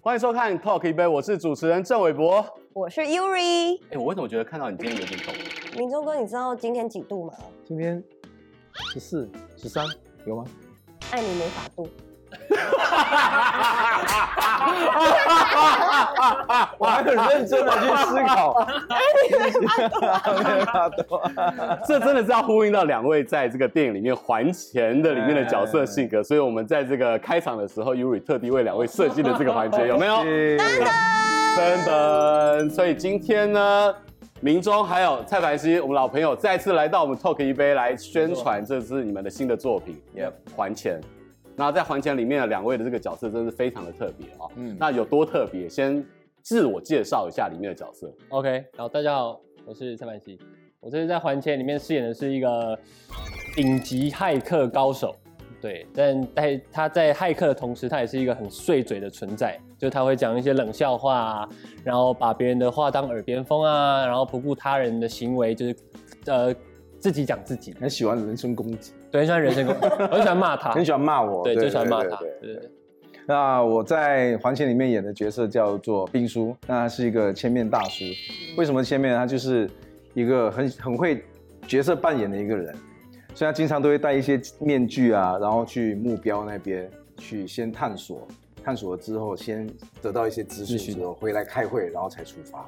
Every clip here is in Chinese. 欢迎收看 Talk 一杯，我是主持人郑伟博。我是 Yuri，哎，我为什么觉得看到你今天有点抖？明忠哥，你知道今天几度吗？今天十四、十三有吗？爱你没法度，我还很认真的去思 考。哎没法多，这真的是要呼应到两位在这个电影里面还钱的里面的角色性格，所以我们在这个开场的时候，Yuri 特地为两位设计的这个环节，有没有？噔噔，所以今天呢，明忠还有蔡凡熙，我们老朋友再次来到我们 Talk 一杯来宣传这次你们的新的作品《也 Yep 还钱》。那在《还钱》里面的两位的这个角色真的是非常的特别哦。嗯那有多特别？先自我介绍一下里面的角色。 OK，好，大家好，我是蔡凡熙，我这次在《还钱》里面饰演的是一个顶级骇客高手，对，但在他在骇客的同时，他也是一个很碎嘴的存在，就他会讲一些冷笑话啊，然后把别人的话当耳边风啊，然后不顾他人的行为，就是呃自己讲自己，很喜欢人身攻击，对，很喜欢人身攻击，很喜欢骂他，很喜欢骂我，啊对，就喜欢骂他，对对对对对。那我在《还钱》里面演的角色叫做冰叔，那他是一个千面大叔。为什么千面呢？他就是一个很很会角色扮演的一个人，所以他经常都会戴一些面具啊，然后去目标那边去先探索，探索了之后先得到一些资讯之后回来开会，然后才出发，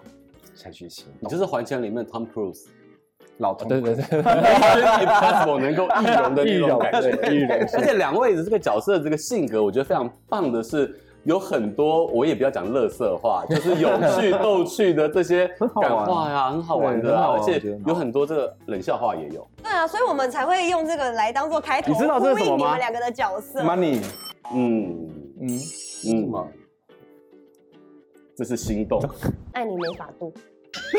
才去行你动。就是《还钱》里面的 Tom Cruise， 老头，对对对， Impossible 能够易容的那种感觉。对易容， 而且两位的这个角色的这个性格，我觉得非常棒的是，有很多我也不要讲乐色话，就是有 趣逗趣的这些好玩感话呀，很好玩的啊，对很好而玩且我觉得很好玩有很多这个冷笑话也有。对啊，所以我们才会用这个来当做开头，你知道这是呼应什么吗你们两个的角色， ，money，嗯嗯，嗯，这是心 动。爱你没法度，你知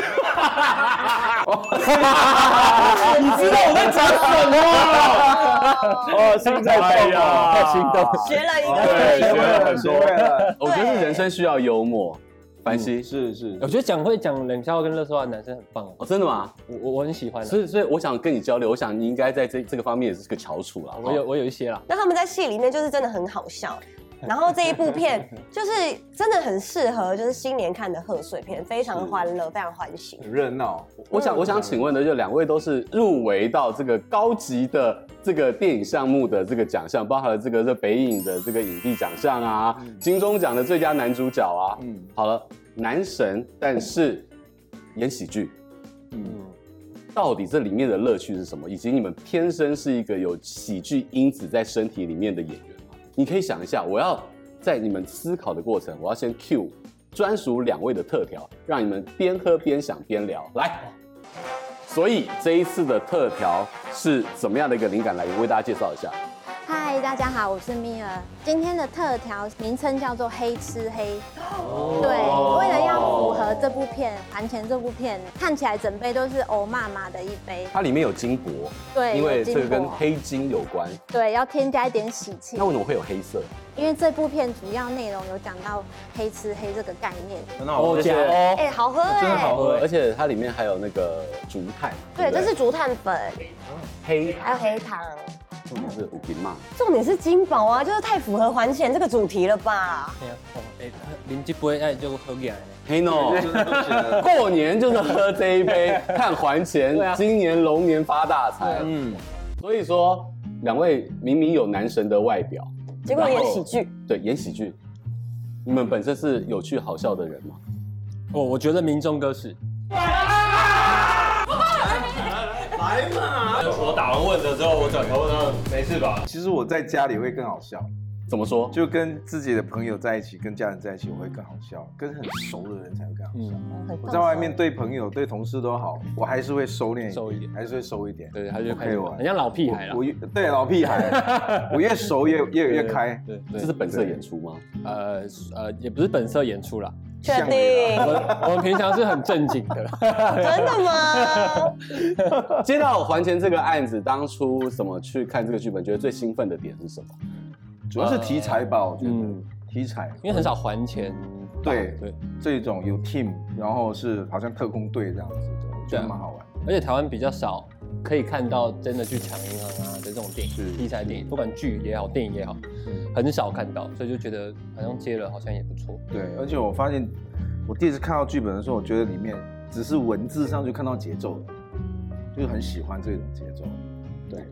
道我在讲什么吗？ 哦，现在哎呀，心动。学了一对学个，了很多学会了，我觉得是人生需要幽默，凡西。是是我觉得讲会讲冷笑话跟乐色话的男生很棒哦，哦，真的吗？我我我很喜欢啊。所以，所以我想跟你交流，我想你应该在这这个方面也是个翘楚啦。哦我有我有一些啦，那他们在戏里面就是真的很好笑。然后这一部片就是真的很适合，就是新年看的贺岁片，非常欢乐，非常欢喜。很热闹。我想，我想请问的就两位都是入围到这个高级的这个电影项目的这个奖项，包含了这个这北影的这个影帝奖项啊，金钟奖的最佳男主角啊。嗯好了，男神，但是演喜剧，嗯，嗯，到底这里面的乐趣是什么？以及你们天生是一个有喜剧因子在身体里面的演员吗？你可以想一下，我要在你们思考的过程，我要先 cue 专属两位的特调，让你们边喝边想边聊。来，所以这一次的特调是怎么样的一个灵感来源？为大家介绍一下。嗨，大家好，我是米尔。今天的特调名称叫做“黑吃黑”，哦对，哦为了要符合这部片《还钱》这部片，看起来整杯都是欧妈妈的一杯，它里面有金箔，对，因为有金这个跟箔嗯黑金有关。对要添加一点喜气那，为什么会有黑色？因为这部片主要内容有讲到“黑吃黑”这个概念。很好玩，加哦，哎，好喝真的好哎，喝而且它里面还有那个竹炭。对，不这是竹炭粉，黑，还有黑糖。重点是五平嘛。重点是金宝啊，就是太符合还钱这个主题了吧？哎呀，哦，哎，林这杯哎就喝起来了。黑哦 no，过年就是喝这一杯，看还钱。对啊啊今年龙年发大财。嗯，所以说，两位明明有男神的外表，结果演然后喜剧，对，演喜剧。你们本身是有趣好笑的人吗？哦，我觉得民众歌是，我打完问的之后，我转头问他没事吧？ 其实我在家里会更好笑，怎么说？就跟自己的朋友在一起，跟家人在一起，我会更好笑，跟很熟的人才会更好笑。嗯，很我在外面对朋友、对同事都好，我还是会收敛，收一点还是会收一点。对，他就开可以始玩很像老屁孩了我我。越对老屁孩， 我越熟越越越开，对，这对是本色演出吗？呃呃，也不是本色演出啦，确像定我？ 们我们平常是很正经的。真的吗？接到还钱这个案子，当初怎么去看这个剧本？觉得最兴奋的点是什么？主要是题材吧，我觉嗯得题材因为很少还钱。对对，这种有 team，然后是好像特工队这样子的，我觉对啊得蛮好玩。而且台湾比较少可以看到真的去抢银行啊这这种电是影题材电影，不管剧也好，电影也好，很少看到，所以就觉得好像接了好像也不错。对，而且我发现，我第一次看到剧本的时候，我觉得里面只是文字上就看到节奏了，就是很喜欢这种节奏。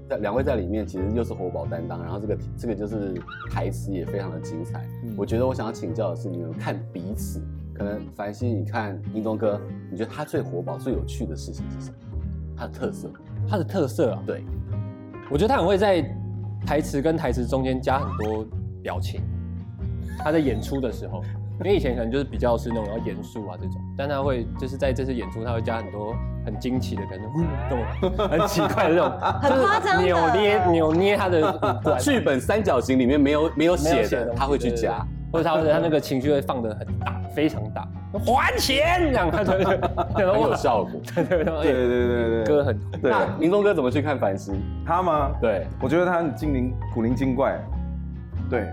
在两位在里面其实又是活宝担当，然后这个这个就是台词也非常的精彩。嗯我觉得我想要请教的是，你们看彼此，可能凡西，你看英东哥，你觉得他最活宝、最有趣的事情是什么？他的特色？它的特色啊，对，我觉得他很会在台词跟台词中间加很多表情。他在演出的时候，因为以前可能就是比较是那种要严肃啊这种，但他会就是在这次演出，他会加很多很惊奇的感觉，嗯，懂吗？很奇怪的那种，很夸张的就是扭捏扭捏他的五官，剧本三角形里面没有没有没有写写的的东，西他会去对对加。或者他会他那个情绪会放得很大，非常大，还钱这样，他就会很很有效果。对对对对对对对歌对，很对那林东哥怎么去看凡西？他吗？对，我觉得他很精灵古灵精怪。对，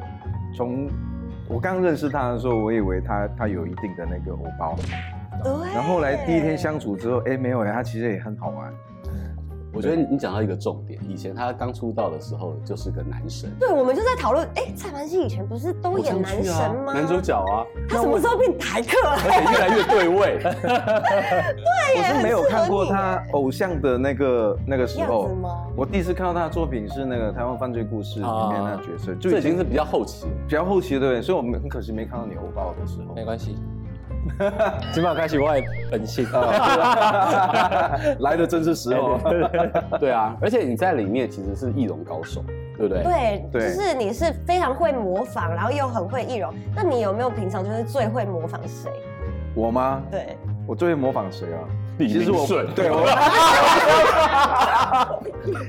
从我刚认识他的时候，我以为他他有一定的那个偶包，哎对。然后后来第一天相处之后，哎，没有哎，他其实也很好玩。我觉得你你讲到一个重点，以前他刚出道的时候就是个男神，对，我们就在讨论，哎，蔡凡熙以前不是都演男神吗？男主角啊，他什么时候变台客啊？而且越来越对 位。对我耶是没有很适合看过你他偶像的那个那个时样候子。吗？我第一次看到他的作品是那个《台湾犯罪故事》里面那个角色，就啊这已已经经是是比较后期了。比较后期的，对不对所以我们很可惜没看到你欧巴的时候没。关系。起码开始我的本性， 来的真是时 候。对啊，而且你在里面其实是易容高手，对不对？对，就对是你是非常会模仿，然后又很会易容。那你有没有平常就是最会模仿谁？我吗？对，我最会模仿谁啊？李其实我明顺对 我，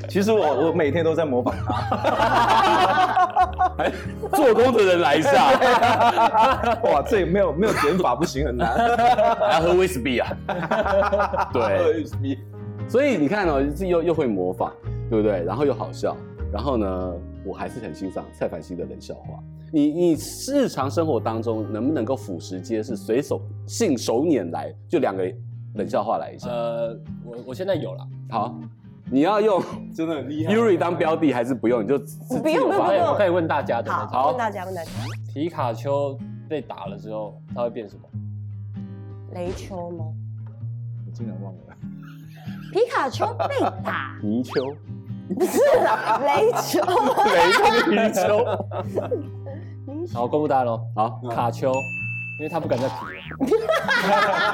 其实我我每天都在模仿他。哎，做工的人来一下，哇，这没有没有减法不行，很难。还要喝威士忌啊。 对，所以你看哦，是又又会模仿，对不对？然后又好笑，然后呢，我还是很欣赏蔡凡熙的冷笑话。你你日常生活当中能不能够俯拾皆是，随手信手拈来，就两个冷笑话来一下？呃，我我现在有了，好，你要用真的很厉害。 Yuri 当标的还是不用？你就自不用自由发不挥，用对，我可以问大家的那种。好，问大家，问大家，皮卡丘被打了之后，它会变什么？雷丘 吗？我竟然忘了。皮卡丘被打泥鳅，不是啊，雷丘吗？对， 泥鳅。好，公布答案喽。嗯好，卡丘，因为它不敢再皮了。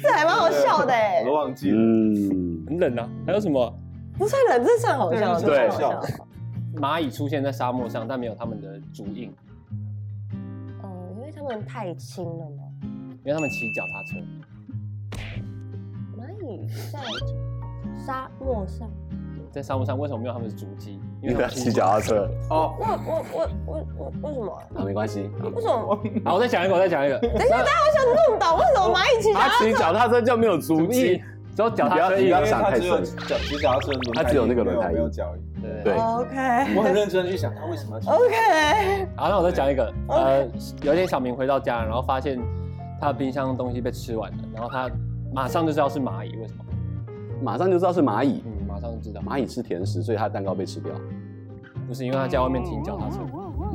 这还蛮好笑的哎 我都，忘记了。嗯，很冷啊。还有什么？不算冷，这算好笑，对这算好笑。蚂蚁出现在沙漠上，但没有它们的足印，哦，因为他们太轻了嘛。因为它们骑脚踏车。蚂蚁在沙漠上，在沙漠上为什么没有它们的足迹？你因为不它要们骑脚。踏车，哦，我我我我我为什么啊？啊，没关系。为什么？好，我再讲一个，我 再讲一个。等一下，大家好想弄倒，为什么蚂蚁骑脚他踏车骑脚踏车就没有足迹，只有脚你不要踏车你一不个要因为想他太只有深脚只有脚踏车的轮胎，他只有那个轮胎没有没有脚印。对对？OK 我很认真地去想，他为什么要骑哦 OK，好，那我再讲一个，呃，有一天小明回到家，然后发现他的冰箱的东西被吃完了，然后他马上就知道是蚂蚁，为什么？马上就知道是蚂蚁。嗯，马上就知道，蚂蚁吃甜食，所以它的蛋糕被吃掉。不是因为他在外面停脚踏车，哦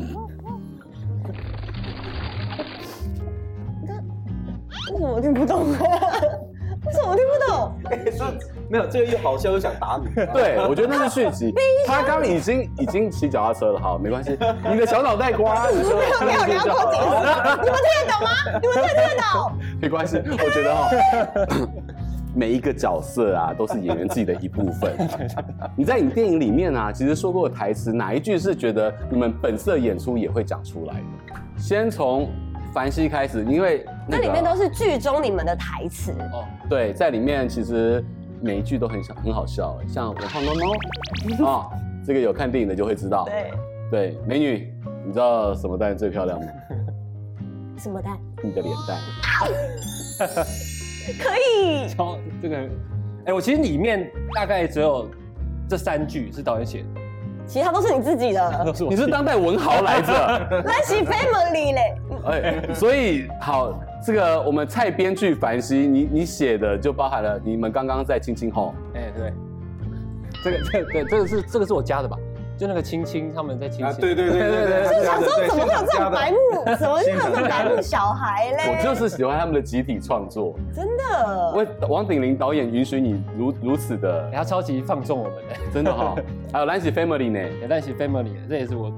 为什么我听不懂？为什么我听不懂？没有这个又好笑又想打你。对，我觉得那是续集。他刚已经已经骑脚踏车了，好，没关系。你的小脑袋瓜，你说没有聊过解释，你们听得懂吗？你们听得听得懂？没关系。我觉得哦， 每一个角色啊，都是演员自己的一部分。你在你电影里面啊，其实说过的台词，哪一句是觉得你们本色演出也会讲出来的？先从凡西开始，因为这那个里面都是剧中你们的台词，哦对，在里面其实每一句都很想很好笑，欸像我胖猫猫啊，这个有看电影的就会知道。对，对，美女，你知道什么蛋最漂亮吗？ 什么蛋？你的脸蛋。可以，超这个，哎，我其实里面大概只有这三句是导演写的，其他都是你自己都的。是我 你是当代文豪来着，那是 family 嘞，哎，所以好，这个我们蔡编剧凡西，你你写的就包含了你们刚刚在亲亲吼，哎，对，这个这个对，这个是这个是我加的吧？就那个青青他们在青啊，青，对 对对对对，就想说怎么会有这种白目，怎么会有这种白目小孩嘞？我就是喜欢他们的集体创作。真的，为王鼎林导演允许你如如此的哎，他超级放纵我们的，真的哈、还有蓝喜 Family 呢？也但写 family，的这也是我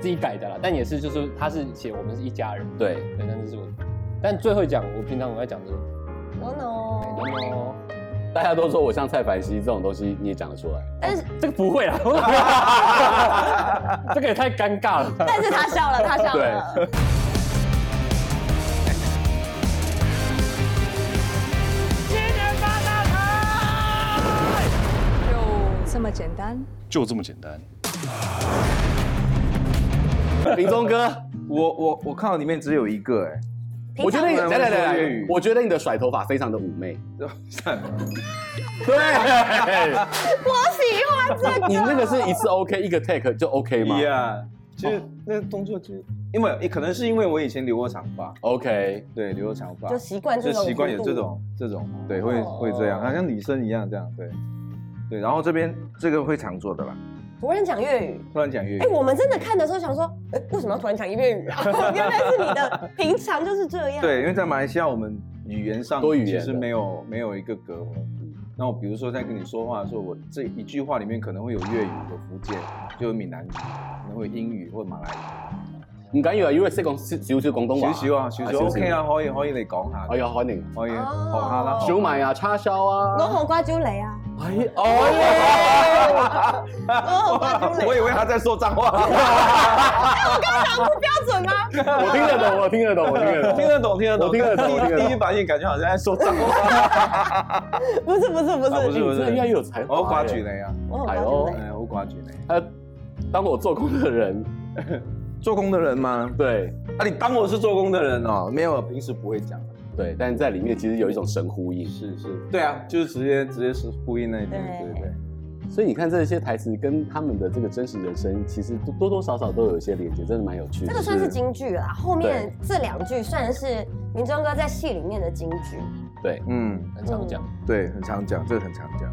自己改的啦，但也是就是他是写我们是一家人，对，对，但这是我，但最会讲我平常我在讲这个， no no，哎然后大家都说我像蔡凡熙这种东西，你也讲得出来。但是这个不会啦，这个也太尴尬了。但是他笑了，他笑了。这么简单。就这么简单。 林宗哥，我我我看到里面只有一个哎、我觉得你平常来来来我们说粤语来，我觉得你的甩头发非常的妩媚。 算了， 啊对，我喜欢这个。你那个是一次 OK 一个 take 就 OK 吗一啊，就是哦那个动作就，因为也可能是因为我以前留过长发， ？OK，对，留过长发， 就习惯这就种习惯有弧这度哦种这种，对，会会这样，好像女生一样这样，对，对，然后这边这个会常做的啦，突然讲粤语。突然讲粤语哎、，我们真的看的时候想说，哎、为什么要突然讲粤语啊？ 原来是你的平常就是这样。，对，因为在马来西亚我们语言上多语言其的实没有没有一个隔阂。那我比如说在跟你说话的时候，我这一句话里面可能会有粤语、有福建、就有闽南语，可能会有英语或马来语。唔緊要啊，因為識講少少廣東話。少少啊，少少 OK。啊，可以可以你講下，哎呀，海寧，可以學哦下 啦。小米啊，叉燒我啊。好瓜就雷 啊，哎哎呀，我好瓜就我雷。以为他在说脏 话，标准吗？我听得懂，我听得懂，我听得懂。听得懂，听得懂，我听得懂我听得懂第一第一反应感觉好像在说脏话， 不是不是不是，啊不是哎你真的越来越有才华。我好寡举。雷啊，我好瓜就雷。哎，我好寡举雷。他当我做工的人，做工的人吗？对啊，你当我是做工的人哦？没有，平时不会讲。对，但在里面其实有一种神呼应。是是，对啊，就是直接直接是呼应那一边，对对对对。所以你看这些台词跟他们的这个真实人生，其实多多多少少都有一些连接，真的蛮有趣的。这个算是京剧啦，后面这两句算是明忠哥在戏里面的京剧。对，嗯，很常讲，对，很常讲，这个很常讲，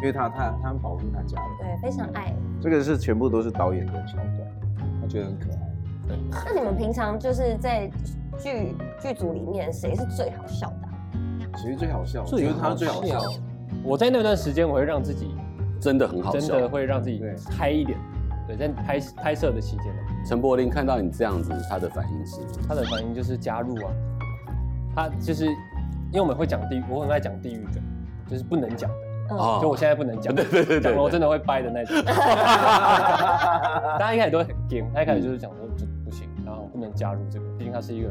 因为他他他很保护他家人，对，非常爱。这个是全部都是导演的桥段，他觉得很可爱。那你们平常就是在剧剧组里面，谁是最好笑的啊？其实最好笑，最我觉得他好最好笑笑。我在那段时间我会让自己真的很好真的笑。会让自己对嗨一点，对，在拍拍摄的期间呢，陈柏霖看到你这样子，他的反应是他的反应就是加入啊，他就是因为我们会讲地，我很爱讲地狱梗，就是不能讲的，嗯哦就我现在不能讲，对对对对讲了我对真的会掰的那 种。大家一开始都会很 g 他一开始就是讲说就不行，然后不能加入这个，毕竟他是一个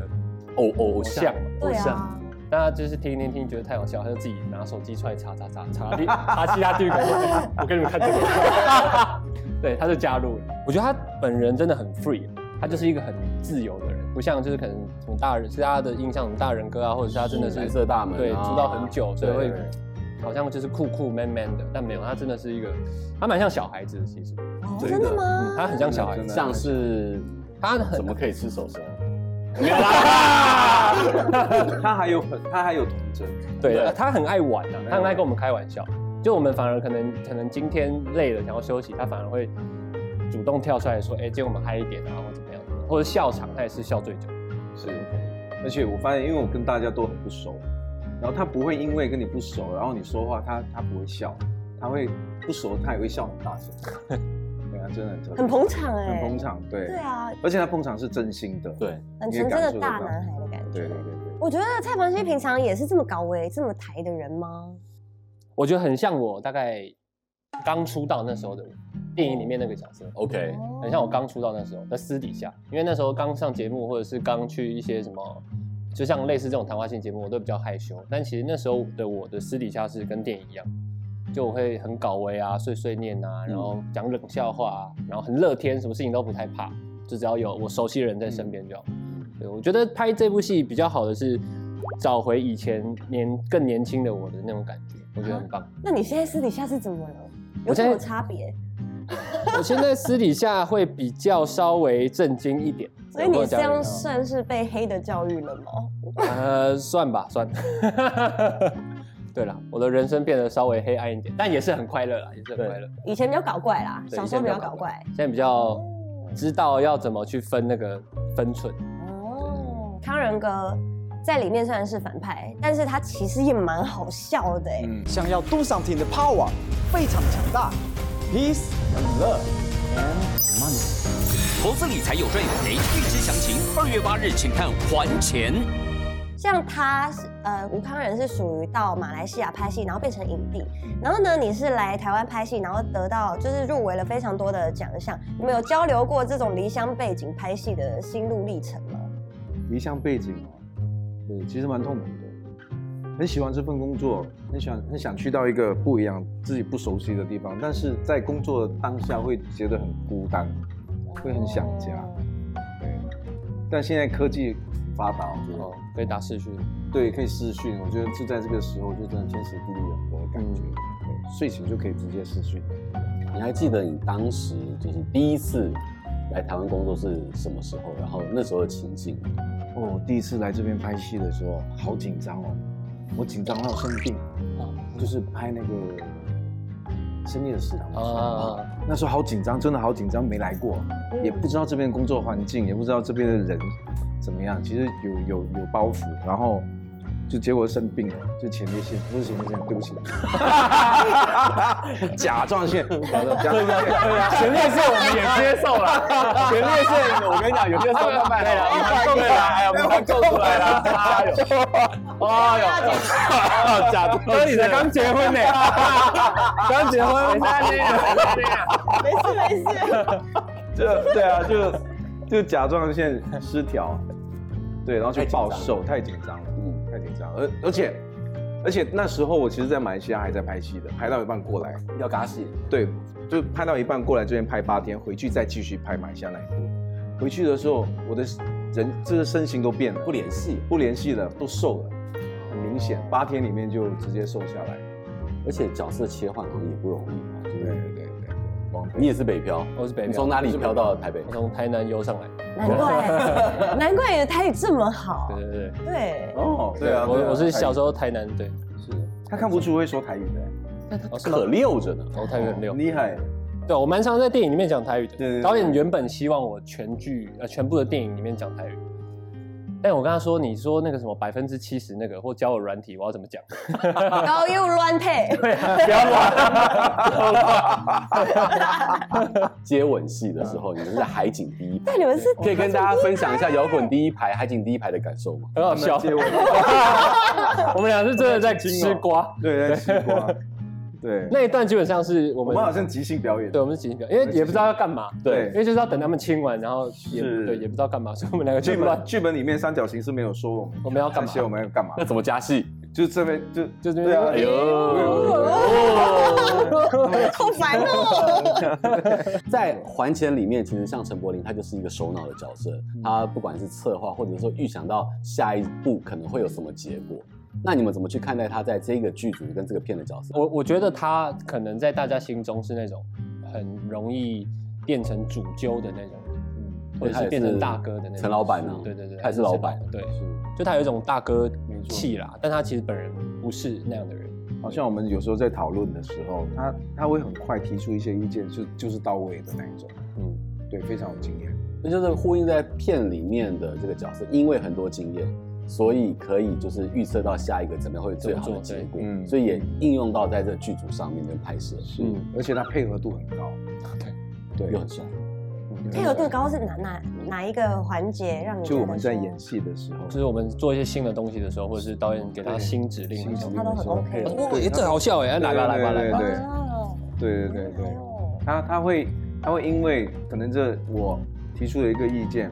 偶偶偶像像。嘛。对啊，大家就是听一听听，觉得太好笑，他就自己拿手机出来查查查查地查其他地狱梗，我给你们看这个。 对，他就加入了。我觉得他本人真的很 free，他就是一个很自由的人，不像就是可能什么大人，是大家的印象，什么大人哥啊，或者是他真的是蓝色大门啊对，出道很久，所以对会好像就是酷酷 man man 的，但没有，他真的是一个，他蛮像小孩子的，其实，哦真真的的吗？他很像小孩真子，的像是他很怎么可以吃 手手？ 没有啦， 他还有很他还有童真，对，对他很爱玩啊，他很爱跟我们开玩笑。就我们反而可能可能今天累了想要休息，他反而会主动跳出来说：“哎、今天我们嗨一点啊，或怎么样？”或者笑场，他也是笑最久。是。而且我发现，因为我跟大家都很不熟，然后他不会因为跟你不熟，然后你说话他他不会笑，他会不熟他也会笑很大声。 对啊，真的很特别，很捧场哎、很捧场，欸对。对啊，而且他捧场是真心的，对，很你也纯真感的受得大到男孩的感觉。对对对对。我觉得蔡凡熙平常也是这么高危、这么抬的人吗？我觉得很像我大概刚出道那时候的电影里面那个角色， OK，很像我刚出道那时候在私底下，因为那时候刚上节目或者是刚去一些什么，就像类似这种谈话性节目，我都比较害羞。但其实那时候的我的私底下是跟电影一样，就我会很搞维啊、碎碎念啊，然后嗯讲冷笑话啊，然后很乐天，什么事情都不太怕，就只要有我熟悉的人在身边就好。嗯对，我觉得拍这部戏比较好的是找回以前年更年轻的我的那种感觉，我觉得很 棒。那你现在私底下是怎么了？有我什现在么差别？我现在私底下会比较稍微震惊一点，啊所以你这样算是被黑的教育了吗？呃，算吧，算。 对了，我的人生变得稍微黑暗一点，但也是很快乐啦，也是很快乐。以前比较搞怪啦，对小时候比较搞怪。现在比较知道要怎么去分那个分寸。哦，康仁哥在里面虽然是反派，但是他其实也蛮好笑的哎、想要 do something 的 power 非常强大，peace and love and money。投资理财有赚有赔，欲知详情，二月八日请看《还钱》。像他是呃吴康仁是属于到马来西亚拍戏，然后变成影帝，嗯然后呢你是来台湾拍戏，然后得到就是入围了非常多的奖项。你们有交流过这种离乡背景拍戏的心路历程吗？离乡背景哦，对，其实蛮痛苦的。很喜欢这份工作，很想很想去到一个不一样、自己不熟悉的地方，但是在工作的当下会觉得很孤单，会很想家。对，但现在科技发达，我觉得哦，可以打视讯。对，可以视讯，我觉得就在这个时候就真的天时地利人和的感觉，对，睡醒就可以直接视讯。你还记得你当时就是第一次来台湾工作是什么时候？然后那时候的情境吗？哦，我第一次来这边拍戏的时候，好紧张哦，我紧张到生病，就是拍那个《深夜的食堂》的时候哦啊那时候好紧张，真的好紧张，没来过，也不知道这边工作环境，也不知道这边的人怎么样，其实有有有包袱，然后就结果生病了，就前列腺不是前列腺，对不起，甲状腺，甲状腺，前列腺我们也接受了，前列腺我跟你讲，有些时候慢慢 来，够了，哎呀，我们够出来了，哎呦，哎呦，甲状腺，你才刚结婚呢，刚结婚，没事没事，就对啊，就就甲状腺失调，对，然后就暴瘦，太紧张了，嗯，太紧张，而而且而且那时候我其实，在马来西亚还在拍戏的，拍到一半过来，要嘎戏，对，就拍到一半过来这边拍八天，回去再继续拍马来西亚那一部。回去的时候，我的人这个身形都变了，不联系。不联系了，都瘦了，很明显，八天里面就直接瘦下来。而且角色切换好像也不容易嘛，对不对对？对对对，王菲你也是北漂，我是北漂你从哪里漂到台北我？从台南游上来。难 怪难怪你的台语这么好。对对对，对，哦，对啊，对啊我我是小时候候台南对，是，他看不出会说台语的，哦是吗可溜着 呢。哦台语很溜很。厉害。对，我蛮常在电影里面讲台语的。对对对导演原本希望我全剧呃全部的电影里面讲台语，但我跟他说，你说那个什么百分之七十那个或教我软体，我要怎么讲？高又乱配， 啊 接吻戏的时候，你们是在海景第一 排但，你们是可以跟大家分享一下摇滚第一排、海景第一排的感受吗？很好笑。接吻 我们俩是真的在吃瓜。 对，在吃瓜。 对，那一段基本上是我我们们好像即兴表演。对，我们是即兴表演，因为也不知道要干嘛，对因为就是要等他们亲完，然后也是对，也不知道干嘛，所以我们两个就剧乱本，剧本里面三角形是没有说我们我们要干那嘛？些我们要干嘛那，怎么加戏？就这边就 就这边对啊，哎好烦哦。在《还钱》里面，其实像陈柏霖，他就是一个首脑的角色，他不管是策划，或者说预想到下一步可能会有什么结果。那你们怎么去看待他在这个剧组跟这个片的角色？ 我我觉得他可能在大家心中是那种很容易变成主揪的那种，嗯，或者是变成大哥的那种。陈老板啊对对对，他也是老板对，就他有一种大哥气啦，但他其实本人不是那样的人。好像我们有时候在讨论的时候，他他会很快提出一些意见，就就是到位的那一种。嗯嗯，对，非常有经验。那就是呼应在片里面的这个角色，因为很多经验，所以可以就是预测到下一个怎么样会有最好的结果，对嗯所以也应用到在这剧组上面跟拍摄，嗯是，嗯而且他配合度很高。对又对很，帅。配合度高是哪哪哪一个环节让你觉就得我们在演说戏的时候，就是我们做一些新的东西的时候，或者是导演给他新指令的时候，他都很 OK 的我说哇，也哦这好笑哎，来吧来吧来吧，对哦对对对对。哦他他会他会因为可能这我提出了一个意见，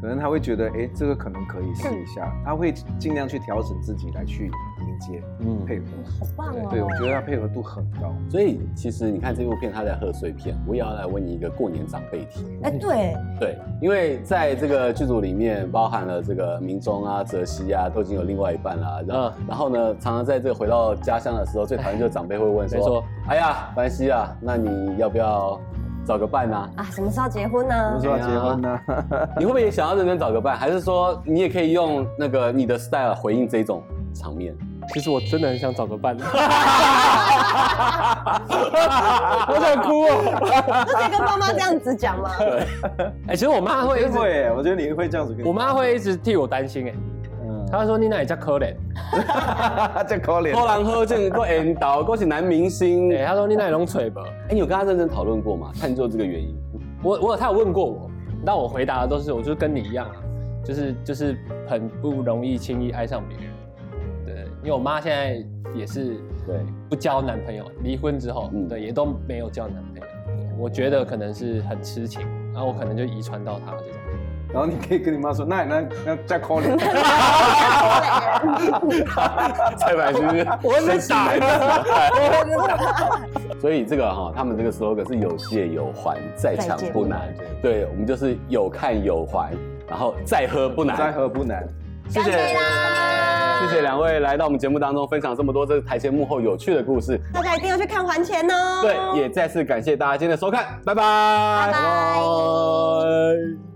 可能他会觉得哎这个可能可以试一下，他会尽量去调整自己来去迎接嗯配合。好棒哦！对，我觉得他配合度很高。所以其实你看这部片，它在贺岁片，我也要来问你一个过年长辈题。哎，对，对，因为在这个剧组里面，包含了这个明忠啊、泽熙啊，都已经有另外一半啦。然后，然后呢，常常在这个回到家乡的时候，最讨厌就是长辈会问没说错：“哎呀，凡西啊，那你要不要找个伴呐、啊，什么时候结婚呢我？哎说要结婚呢、 你会不会也想要认真找个伴？还是说你也可以用那个你的 style 回应这种场面？ 其实我真的很想找个伴， 我想哭哦。那可以跟爸妈这样子讲吗？哎，其实我妈会一会直，会，我觉得你会嗯这样子跟我妈会一直替我担心哎， 她会说你那也叫可怜，妈在可 偷怜，狼喝哎见过 N 导，过去男明嗯星。哎，哎、她说你那龙吹吧。你有跟他认真讨论过吗？探究这个原因。我我有他有问过我，但我回答的都是我就跟你一样啊，就是就是很不容易轻易爱上别人。对，因为我妈现在也是对，不交男朋友，离婚之后，嗯对，也都没有交男朋友。对我觉得可能是很痴情，然后我可能就遗传到她这种。然后你可以跟你妈说，那那那在可 怜， 蔡白是不是？我会被打，我会被打。 所以这个哈、他们这个 slogan 是有借有还，再抢不难。对，我们就是有看有还，然后再喝不难。再喝不难。谢谢，谢谢两位来到我们节目当中，分享这么多这台前幕后有趣的故事。大家一定要去看《还钱》哦。对，也再次感谢大家今天的收看，拜拜，拜拜拜。